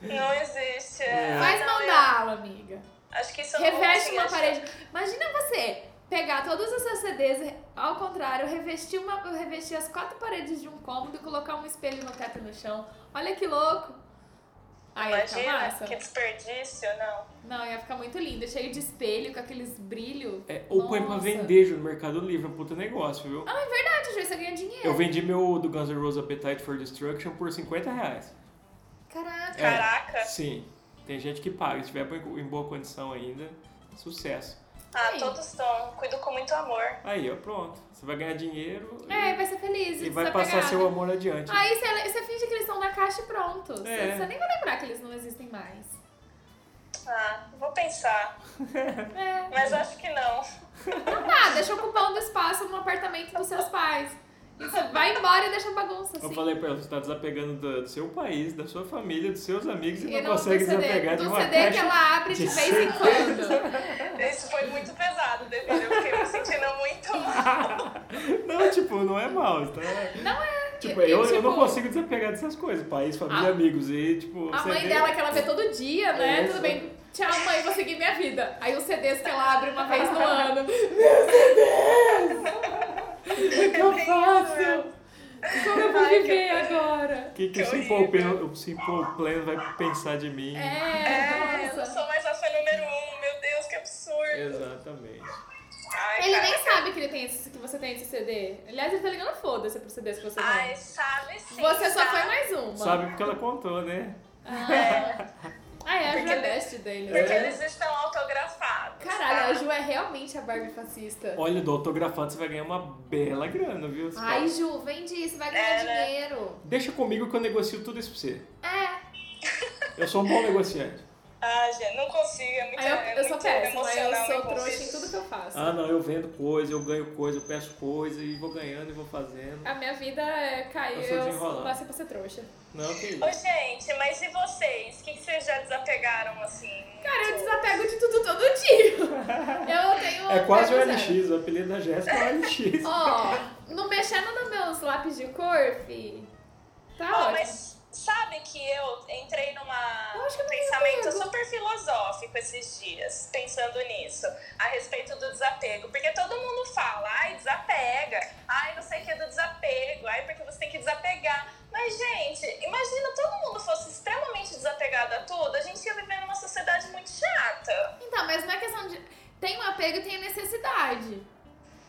B: Não existe.
A: É.
C: Faz
B: Não, eu
C: mandala, amiga.
B: Então, assim, Acho que isso eu não vou
C: Reveste
B: conseguir
C: uma
B: achar.
C: parede. Imagina você pegar todos os seus CDs, ao contrário, revestir, uma, revestir as quatro paredes de um cômodo e colocar um espelho no teto e no chão. Olha que louco. Aí ia ficar massa.
B: Imagina, que desperdício, não.
C: Não, ia ficar muito lindo. Cheio de espelho, com aqueles brilhos.
A: É, ou põe pra
C: Nossa.
A: vender Ju, no Mercado Livre, é um puta negócio, viu?
C: Ah, é verdade, Ju, você ganha dinheiro.
A: Eu vendi meu do Guns N' Roses Appetite for Destruction por 50 reais.
C: Caraca.
A: É.
B: Caraca.
A: Sim, tem gente que paga. Se tiver em boa condição ainda, sucesso.
B: Ah,
C: Sim.
B: todos estão. Cuido com muito amor.
A: Aí, ó, pronto. Você vai ganhar dinheiro e-
C: É, vai ser feliz.
A: e, vai passar
C: desapegado.
A: seu amor adiante.
C: Aí você, você finge que eles estão na caixa e pronto. Você,
A: É.
C: você nem vai lembrar que eles não existem mais.
B: Ah, vou pensar.
C: É.
B: Mas acho que não.
C: Então tá, deixa ocupando espaço no apartamento dos seus pais. E você vai embora e deixa a bagunça,
A: Eu
C: assim.
A: falei pra ela, você tá desapegando do, do seu país, da sua família, dos seus amigos e,
C: E
A: não consegue
C: do CD,
A: desapegar de
C: do
A: uma
C: CD que
A: caixa.
C: ela abre de
A: de
C: vez em quando. É.
B: Isso foi muito pesado, Devida. Eu fiquei me sentindo muito mal.
A: Não, tipo, não é mal. Tá...
C: Não é.
A: Tipo,
C: E- e,
A: eu, eu
C: tipo,
A: não consigo desapegar dessas coisas. País, família,
C: A-
A: amigos. E, tipo,
C: A
A: você
C: mãe
A: vê-
C: dela que ela vê todo dia, né?
A: É,
C: Tudo
A: só-
C: bem. Tchau, mãe, vou seguir minha vida. Aí os CDs que ela abre uma vez no ano.
A: O que eu faço?
C: Como eu vou viver agora?
A: O que, que
B: Que
A: o Simple
B: horrível.
A: Plan- o Simple Plan vai pensar de mim?
C: É,
B: Eu não
C: nossa.
B: sou mais a fã número um. Meu Deus, que absurdo.
A: Exatamente.
B: Ai,
C: Ele
B: cara.
C: nem sabe que, ele tem esse, que você tem esse CD. Aliás, ele tá ligando foda-se pro CDs que você
B: Ai,
C: tem.
B: sabe sim. tá?
C: Você só
B: sabe.
C: foi mais uma.
A: Sabe porque ela contou, né?
C: Ah, Ah, é a Ju
B: Porque
C: é
B: ele-
C: best dele.
B: Porque
C: né?
A: É.
B: eles estão autografados.
C: Caralho,
B: tá?
C: a Ju é realmente a Barbie fascista.
A: Olha, do autografante você vai ganhar uma bela grana, viu? Você
C: Ai,
A: fala,
C: Ju, vende isso, vai ganhar
B: É, né?
C: dinheiro.
A: Deixa comigo que eu negocio tudo isso pra você.
C: É.
A: Eu sou um bom negociante.
B: Ah, gente, não consigo. É muito,
C: Aí eu,
B: é
C: eu sou
B: muito
C: péssima, aí eu
B: emocional, né,
C: sou
B: não
C: trouxa em
B: consigo.
C: tudo que eu faço.
A: Ah, não, eu vendo coisa, eu ganho coisa, eu peço coisa e vou ganhando e vou fazendo.
C: A minha vida é cair,
A: Eu sou
C: eu,
A: desenrolado.
C: passei pra ser trouxa.
A: Não, que isso.
B: Ô, gente, mas e vocês? O que, que vocês já desapegaram, assim?
C: Cara, eu desapego de tudo todo dia. Eu tenho.
A: É quase o
C: apego zero.
A: LX, o apelido da Jéssica é o LX.
C: Ó, não mexendo nos meus lápis de cor, fi. Tá
B: Ó,
C: ótimo.
B: mas sabe que eu entrei numa
C: Eu acho que eu não
B: pensamento
C: desapego.
B: super filosófico esses dias, pensando nisso, a respeito do desapego. Porque todo mundo fala, ai, desapega, ai, não sei o que é do desapego, ai, porque você tem que desapegar. Mas, gente, imagina todo mundo fosse extremamente desapegado a tudo, a gente ia viver numa sociedade muito chata.
C: Então, mas não é questão de. Tem um apego e tem a necessidade.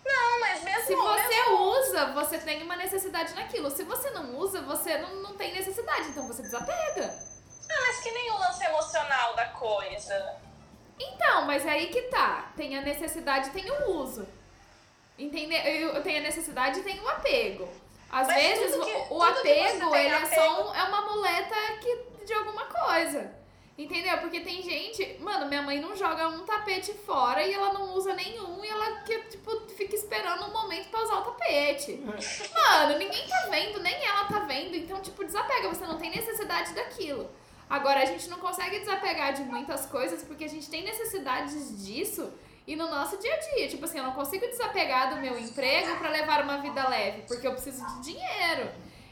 B: Não, mas um é mesmo.
C: Se
B: mesmo-
C: você usa, você tem uma necessidade naquilo. Se você não usa, você não, não tem necessidade, então você desapega.
B: Ah, mas que nem o lance emocional da coisa.
C: Então, mas aí que tá. Tem a necessidade, tem o uso. Entende? Eu eu tenho a necessidade e tenho o apego. Às
B: Mas
C: vezes
B: tudo
C: o-
B: que-
C: o
B: tudo que você
C: apego,
B: tem
C: ele é
B: apego-
C: só um- é uma muleta que, de alguma coisa. Entendeu? Porque tem gente. Mano, minha mãe não joga um tapete fora e ela não usa nenhum e ela que, tipo, fica esperando um momento pra usar o tapete. Mano, ninguém tá vendo, nem ela tá vendo. Então, tipo, desapega, você não tem necessidade daquilo. Agora, a gente não consegue desapegar de muitas coisas porque a gente tem necessidades disso e no nosso dia a dia. Tipo assim, eu não consigo desapegar do meu emprego pra levar uma vida leve, porque eu preciso de dinheiro.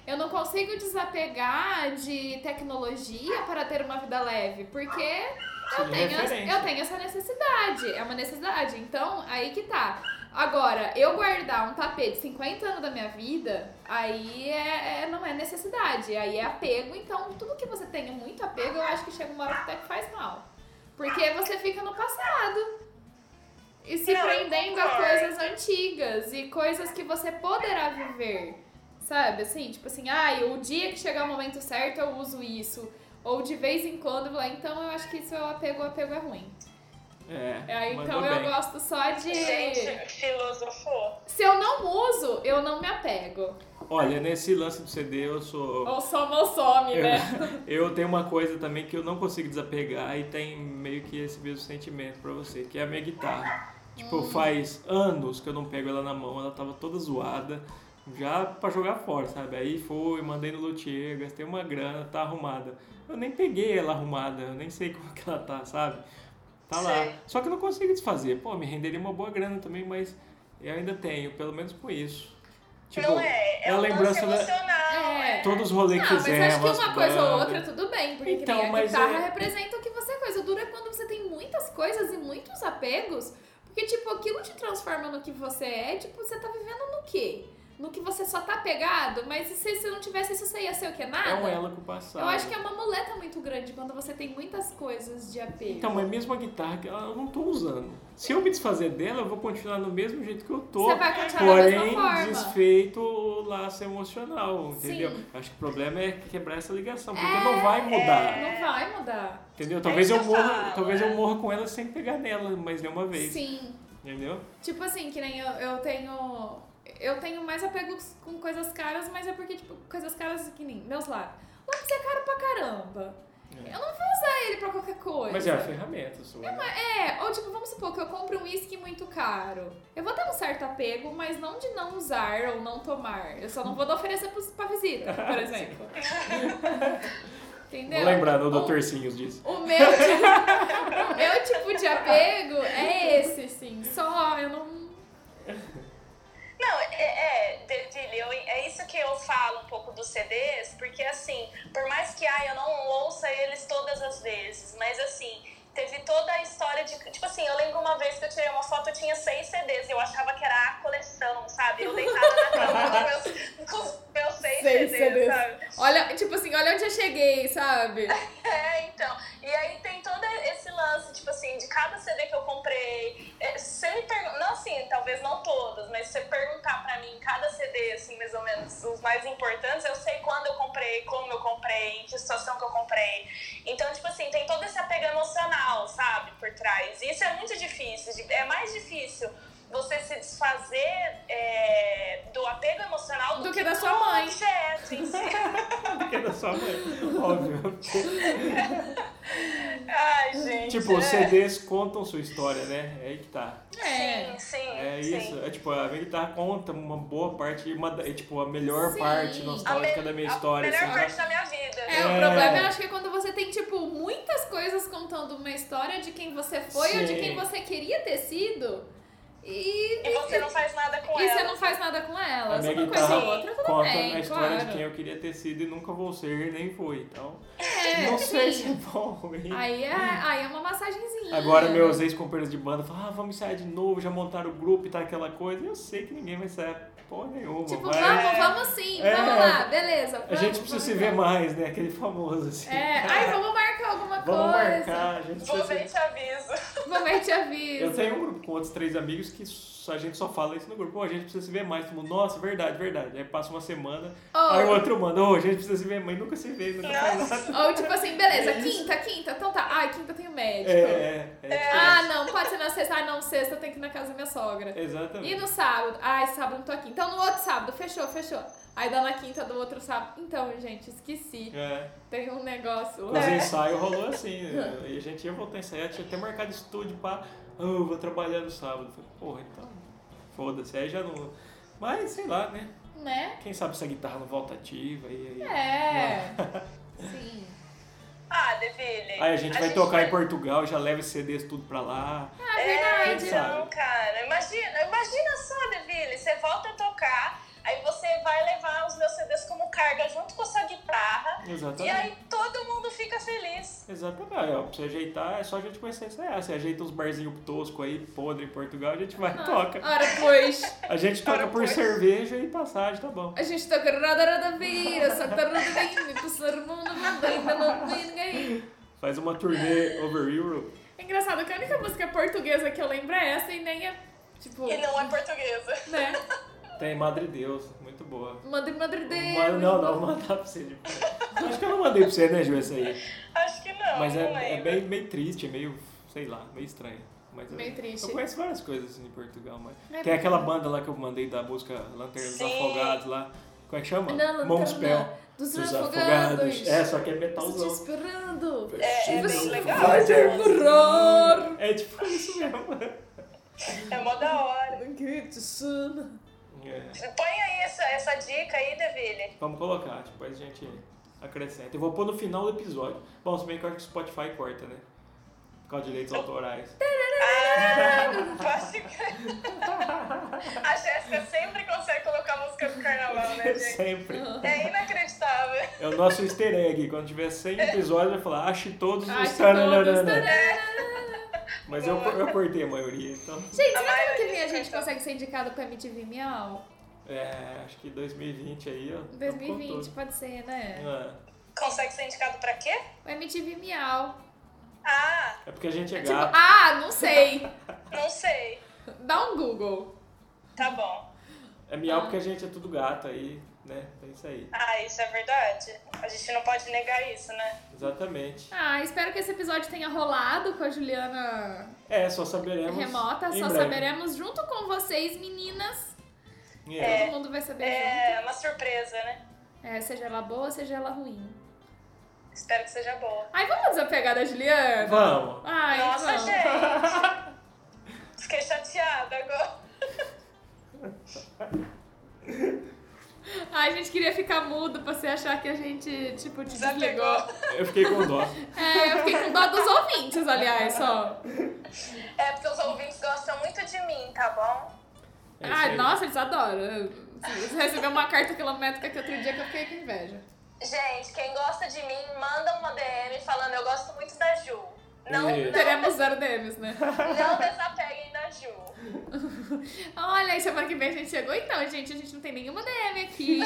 C: Eu não consigo desapegar de tecnologia para ter uma vida leve, porque eu
A: Sim,
C: tenho,
A: referência.
C: eu tenho essa necessidade. É uma necessidade. Então, aí que tá. Agora, eu guardar um tapete 50 anos da minha vida, aí é, é- não é necessidade, aí é apego. Então, tudo que você tem muito apego, eu acho que chega uma hora que até que faz mal. Porque você fica no passado. E se
B: Não, eu
C: prendendo a
B: concordo.
C: coisas antigas e coisas que você poderá viver. Sabe, assim, tipo assim, ai, o dia que chegar o momento certo eu uso isso. Ou de vez em quando, lá, então eu acho que isso é o apego, o apego é ruim.
A: É,
C: É, então
A: mandou
C: eu
A: bem.
C: gosto só de.
B: Gente, filosofou.
C: Se eu não uso, eu não me apego.
A: Olha, nesse lance do CD eu sou...
C: Ou soma ou some,
A: Eu,
C: né?
A: eu tenho uma coisa também que eu não consigo desapegar e tem meio que esse mesmo sentimento pra você, que é a minha guitarra. Tipo,
C: Hum.
A: faz anos que eu não pego ela na mão, ela tava toda zoada, já pra jogar fora, sabe? Aí foi, mandei no luthier, gastei uma grana, tá arrumada. Eu nem peguei ela arrumada, eu nem sei como que ela tá, sabe? Tá lá.
B: Sei.
A: Só que eu não consigo desfazer. Pô, me renderia uma boa grana também, mas eu ainda tenho, pelo menos com isso. Tipo,
B: não é, é
A: a
B: um lance
A: lembrança da-
B: emocional.
C: É.
B: É.
A: todos os rolês que
C: Não, mas
A: fizer,
C: acho que
A: umas
C: uma coisa ou
A: bandas.
C: outra tudo bem, porque que
A: Então,
C: nem a
A: mas
C: guitarra
A: é-
C: representa o que você é coisa. Dura quando você tem muitas coisas e muitos apegos, porque, tipo, aquilo te transforma no que você é, tipo, você tá vivendo no quê? No que você só tá apegado, mas e se você não tivesse isso, você ia ser o quê? Nada?
A: É um ela com o passado.
C: Eu acho que é uma muleta muito grande quando você tem muitas coisas de apego.
A: Então, mas mesmo a guitarra que ela- eu não tô usando. Se eu me desfazer dela, eu vou continuar do mesmo jeito que eu tô.
C: você vai continuar da
A: Porém,
C: mesma forma.
A: desfeito o laço
C: Sim.
A: emocional,
C: É,
A: entendeu? Acho que o problema é quebrar essa ligação, porque não vai mudar,
C: Não vai mudar.
A: entendeu? Talvez
B: isso
A: eu
B: que eu
A: morra,
B: falo,
A: talvez eu
B: é.
A: morra com ela sem pegar nela mais nenhuma vez,
C: Sim.
A: entendeu?
C: Tipo assim, que nem eu, eu tenho. Eu tenho mais apego com coisas caras, mas é porque, tipo, coisas caras que nem meus lápis. Lápis é caro pra caramba.
A: É.
C: Eu não vou usar ele pra qualquer coisa.
A: Mas é a ferramenta sua. né?
C: É, ou tipo, vamos supor que eu compre um uísque muito caro. Eu vou ter um certo apego, mas não de não usar ou não tomar. Eu só não vou oferecer pros, pra visita, por exemplo. Entendeu? né,
A: Vou lembrar do
C: Ou-
A: Dr. Sinhos disso.
C: o meu, tipo, o meu tipo de apego é esse, sim. Só eu não.
B: Não, é, é Deville, eu- é isso que eu falo um pouco dos CDs, porque assim, por mais que ah, eu não ouça eles todas as vezes, mas assim, teve toda a história de. Tipo assim, eu lembro uma vez que eu tirei uma foto, eu tinha seis CDs e eu achava que era a coleção, sabe? Eu deitada na cama com os meus, com os meus seis,
C: Seis
B: CDs,
C: CDs.
B: sabe?
C: Olha, tipo assim, olha onde eu cheguei, sabe?
B: É, então. E aí tem todo esse lance, tipo assim, de cada CD que eu comprei. é, Se você me perguntar, não assim, talvez não todas, mas se você perguntar pra mim cada CD, assim, mais ou menos, os mais importantes, eu sei quando eu comprei, como eu comprei, em que situação que eu comprei. Então, tipo assim, tem todo esse apego emocional, sabe, por trás. E isso é muito difícil, de- é mais difícil você se desfazer é, do apego emocional
C: Do que da sua mãe.
B: do objeto em si.
A: Porque é da sua mãe, óbvio.
B: Ai, gente.
A: Tipo, os
B: é.
A: CDs contam sua história, né? É aí que tá.
B: Sim, sim.
A: É
B: sim.
A: isso, é tipo, a minha guitarra conta uma boa parte, uma, da- é tipo a melhor
C: Sim.
A: parte nostálgica
B: me-
A: da minha
B: a
A: história.
B: melhor
A: assim,
B: parte
A: né?
B: da minha vida.
C: É, o
A: É.
C: problema eu acho que é quando você tem, tipo, muitas coisas contando uma história de quem você foi ou de
A: Sim.
C: quem você queria ter sido. E,
B: E você não faz nada com
C: e
B: ela.
C: você não faz nada com ela.
A: A
C: Só
A: minha
C: uma coisa
A: guitarra
C: ou outra, tudo
A: conta
C: bem,
A: a história
C: claro.
A: de quem eu queria ter sido e nunca vou ser, nem fui. Então,
C: É,
A: não sei se
C: sim.
A: é bom ou ruim.
C: Aí é, aí é uma massagenzinha.
A: Agora meus ex-companheiros de banda falam, ah, vamos ensaiar de novo, já montaram o grupo e tá aquela coisa. Eu sei que ninguém vai ensaiar porra nenhuma.
C: Tipo,
A: mas
C: vamos, vamos sim,
A: É.
C: vamos lá, beleza.
A: a
C: vamos,
A: gente precisa
C: vamos
A: se
C: lá.
A: ver mais, né? Aquele famoso assim.
C: É, ai, vamos marcar alguma
A: vamos
C: coisa.
A: marcar, a gente
B: Vou
A: precisa
B: ver e
A: se...
B: te aviso.
C: Vamos ver, te aviso.
A: Eu tenho um grupo com outros três amigos que só- a gente só fala isso no grupo. Pô, a gente precisa se ver mais. Todo mundo, nossa, verdade, verdade. Aí passa uma semana,
C: Ou-
A: aí o outro manda, ô, a gente precisa se ver mais. Nunca se vê, nunca faz nada.
C: Ou tipo assim, beleza, quinta, quinta, então tá. Ai, quinta eu tenho médico.
A: É, é, é.
C: Ah, não, pode ser na sexta. Ah, não, sexta eu tenho que ir na casa da minha sogra.
A: É.
C: E
A: Exatamente.
C: no sábado? Ai, sábado não tô aqui. Então no outro sábado, fechou, fechou. Aí dá na quinta do outro sábado. Então, gente, esqueci.
A: É.
C: Tem um negócio.
A: Os ensaios rolou assim. né? E a gente ia voltar a ensaiar, tinha até marcado estúdio pra. Ah, eu vou trabalhar no sábado. Falei, porra, então. Foda-se, aí já não. Mas sei lá, né?
C: Né?
A: Quem sabe se a guitarra não volta ativa e aí.
C: É. Sim.
B: Ah, Deville.
A: Aí a gente vai tocar em
B: vai-
A: Portugal, já leva esse CDs tudo pra lá.
C: Ah,
B: É,
C: verdade.
B: então, cara. Imagina, imagina só, Deville. Você volta a tocar, aí você vai levar os meus CDs como carga junto com a sua guitarra. E
A: Exatamente.
B: aí todo mundo fica feliz.
A: Exatamente, ó, pra você ajeitar é só a gente conhecer a ensaiar. Você ajeita uns barzinhos tosco aí, podre em Portugal, a gente vai e
C: Ah,
A: toca.
C: Ora, pois.
A: A gente toca por
B: pois.
A: cerveja e passagem, tá bom.
C: A gente toca rada, rada, vira, só tá rada, vira, passar o mundo, nada, ainda não tem ninguém.
A: Faz uma turnê over Europe.
C: É engraçado que a única música portuguesa que eu lembro é essa e nem é, tipo,
B: E não é portuguesa.
C: né?
A: Tem Madre Deus, muito boa.
C: Madre, madre
A: Mas-
C: Deus.
A: não, não, vou mandar pra você depois. Acho que eu não mandei pra você, né, Ju, essa aí.
B: Acho que não.
A: Mas
B: não
A: é, é
B: lembro.
A: bem, meio triste, é meio, sei lá, meio estranho. Mas eu-
C: Meio triste.
A: Eu conheço várias coisas assim, em Portugal, mas.
C: É
A: Tem aquela banda lá que eu mandei da música Lanternas
B: Sim.
A: Afogados lá. Como é que chama?
C: Não, não,
A: Monspell.
C: não. Dos
A: Dos
C: afogados.
A: É, só que é
C: Estou te
A: metalzão.
C: esperando.
A: né?
B: É, é bem
C: Você
B: legal.
C: Vai ter horror.
A: É tipo isso mesmo.
B: É mó da hora.
A: É.
B: Põe aí essa, essa dica aí, Deville.
A: Vamos colocar, depois a gente acrescenta. Eu vou pôr no final do episódio. Bom, se bem que eu acho que o Spotify corta, né? Por causa de direitos autorais.
B: Ah, pode crer. A Jéssica sempre consegue colocar música do carnaval, né, gente?
A: Sempre.
B: É inacreditável.
A: É o nosso easter egg. Quando tiver 100 episódios, vai falar, ache todos
C: Acho
A: os
C: que todos.
A: taranana.
C: Tarará.
A: Mas eu, eu cortei a maioria, então.
C: Gente,
B: A
C: será que ano que vem a
B: maioria
C: gente
B: descartou.
C: consegue ser indicado pro MTV Miau?
A: É, acho que 2020 aí, ó. tamo com
C: 2020
A: tudo.
C: pode ser, né?
A: É.
B: Consegue ser indicado pra quê?
C: O MTV Miau.
B: Ah,
A: É porque a gente é
C: Tipo,
A: gato.
C: ah, não sei.
B: não sei.
C: Dá um Google.
B: Tá bom.
A: É miau
C: Ah.
A: porque a gente é tudo gato aí, né? É isso aí.
B: Ah, isso é verdade. A gente não pode negar isso, né?
A: Exatamente.
C: Ah, espero que esse episódio tenha rolado com a Juliana
A: É, só saberemos.
C: remota.
A: em
C: Só
A: breve.
C: saberemos junto com vocês, meninas.
A: É.
C: Todo mundo vai saber
B: É uma surpresa, né?
C: junto. É, seja ela boa, seja ela ruim.
B: Espero que seja boa.
C: Ai, vamos desapegar da Juliana?
A: Vamos.
C: Ai,
B: Nossa,
C: vamos.
B: gente! Fiquei chateada agora.
C: Ai, a gente queria ficar mudo pra você achar que a gente, tipo, te
B: Desapegou.
C: desligou.
A: Eu fiquei com dó.
C: É, eu fiquei com dó dos ouvintes, aliás, só.
B: É porque os ouvintes gostam muito de mim, tá bom?
A: É isso
C: Ai,
A: aí.
C: Ah, nossa, eles adoram. Você recebeu uma carta quilométrica que outro dia que eu fiquei com inveja.
B: Gente, quem gosta de mim, manda uma DM falando eu gosto muito da Ju. Não,
A: Isso.
B: não,
C: Teremos zero DMs, né?
B: não desapeguem da Ju.
C: Olha, e semana que vem a gente chegou. Então, gente, a gente não tem nenhuma DM aqui.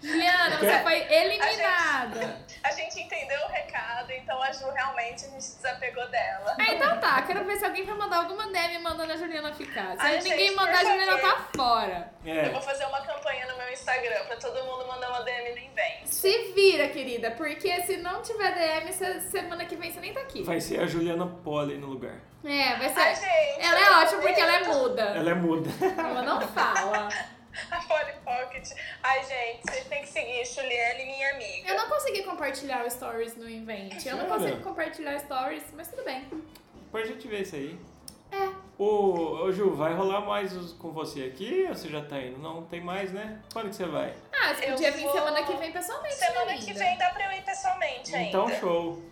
C: Juliana,
A: É
C: você foi eliminada.
B: A gente entendeu o recado, então a Ju realmente a gente desapegou dela.
C: Ah, então tá. Quero ver se alguém vai mandar alguma DM mandando a Juliana ficar. Se
B: Ai,
C: ninguém
B: gente,
C: mandar, a
B: por
C: Juliana
B: favor.
C: tá fora.
B: Eu vou
A: É.
B: fazer uma campanha no meu Instagram pra todo mundo mandar uma DM no invento.
C: Se vira, querida, porque se não tiver DM, se- semana que vem você nem tá aqui.
A: Vai ser a Juliana Pollen no lugar.
C: É, vai ser.
B: Ai, gente,
C: ela
B: eu tô
C: é ótima porque ela é
B: vendo.
C: muda.
A: Ela é muda.
C: Ela não fala.
B: A Polly Pocket. Ai, gente, vocês têm que seguir Juliane, minha amiga.
C: Eu não consegui compartilhar o stories no Invent. Eu não
A: Sério?
C: consigo compartilhar stories, mas tudo bem.
A: Depois a gente vê isso aí. É. Ô, ô, Ju, vai rolar mais os- com você aqui ou você já tá indo? Não tem mais, né? Quando que você vai?
C: Ah, você
B: Eu
C: podia vir
B: vou-
C: semana que vem pessoalmente. né,
B: Semana que
C: linda?
B: vem dá pra eu ir pessoalmente ainda.
A: Então, show.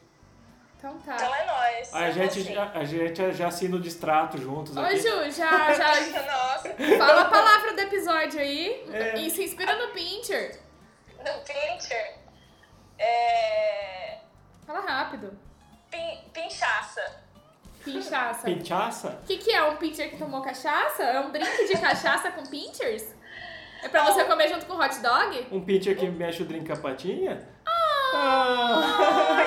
C: Então tá.
B: Então é nóis.
A: A
B: eu vou
A: gente,
B: sim.
A: já- a gente já assina o distrato juntos
B: Então
C: Ô,
B: é
A: aqui.
C: Ju, já, já
B: Nossa,
C: fala a palavra do episódio aí.
A: É.
C: E se inspira no Pinter.
B: no Pinter. É.
C: Fala rápido.
B: pin- Pinchaça.
C: Pinchaça. O
A: Pinchaça?
C: que, que é um Pinter que tomou cachaça? É um drink de cachaça com Pinters? É pra
A: Oh.
C: você comer junto com hot dog?
A: Um pincher que mexe o drink com a patinha? Ah!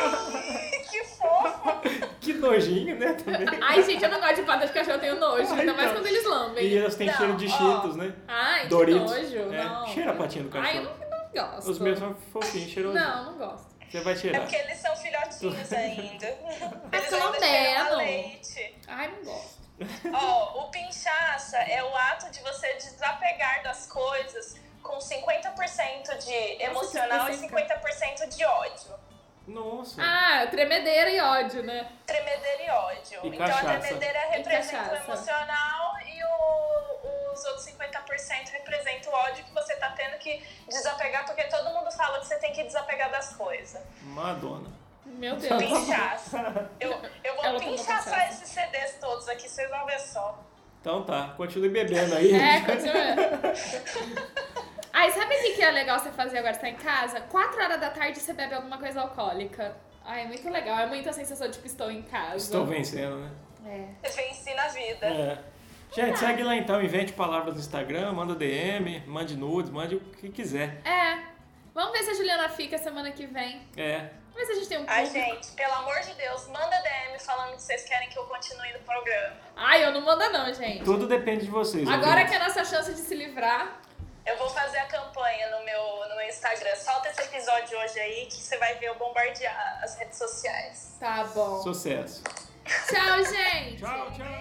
B: que fofo!
A: que nojinho, né? Também.
C: Ai, gente, eu não gosto de patas de cachorro, eu tenho nojo.
A: Ai,
C: Ainda mais
A: não.
C: quando eles lambem.
A: E elas têm
B: Não,
A: cheiro de
B: ó.
A: cheetos, né?
C: Ai,
A: Doritos.
C: que nojo.
A: É,
C: Não.
A: cheira a patinha do
C: Ai, eu
A: cachorro.
C: não, não gosto.
A: Os meus são fofinhos, cheirosos.
C: Não, não gosto.
A: Você vai
B: É
A: cheirar.
B: porque eles são filhotinhos ainda. Eles
C: pelo
B: ainda cheiram a
C: menos.
B: leite.
C: Ai, não gosto.
B: Ó, o pinchaça é o ato de você desapegar das coisas com 50% de emocional e
C: específica.
B: 50% de ódio.
A: Nossa.
C: Ah, tremedeira e ódio, né?
B: Tremedeira e ódio.
A: E
B: então
A: cachaça.
B: a tremedeira representa o
C: cachaça.
B: emocional e o- os outros 50% representa o ódio que você tá tendo que desapegar, porque todo mundo fala que você tem que desapegar das coisas.
A: Madonna. Tá
C: Meu Deus.
B: Pinchaça. Eu, eu vou
C: Ela tomou
B: pinchaçar
C: cachaça.
B: esses CDs todos aqui, vocês vão ver só.
A: Então tá, continue bebendo aí.
C: É, continua. Ai, sabe o que, que é legal você fazer agora que tá em casa? Quatro horas da tarde você bebe alguma coisa alcoólica. Ai, é muito legal. É muita sensação de que estou em casa.
A: Estou vencendo, né?
C: É.
B: Venci na vida.
A: É. Gente, segue lá então, invente palavras no Instagram, manda DM, mande nudes, mande o que quiser.
C: É. Vamos ver se a Juliana fica semana que vem.
A: É,
C: Vamos ver se a gente tem um
B: Ai,
C: público.
B: gente, pelo amor de Deus, manda DM falando que vocês querem que eu continue no programa.
C: Ai, eu não mando não, gente.
A: tudo depende de vocês.
C: Agora que
A: ouvintes.
C: é a nossa chance de se livrar.
B: Eu vou fazer a campanha no meu, no meu Instagram. Solta esse episódio hoje aí que você vai ver eu bombardear as redes sociais.
C: Tá bom.
A: Sucesso.
C: Tchau, gente.
A: Tchau, tchau.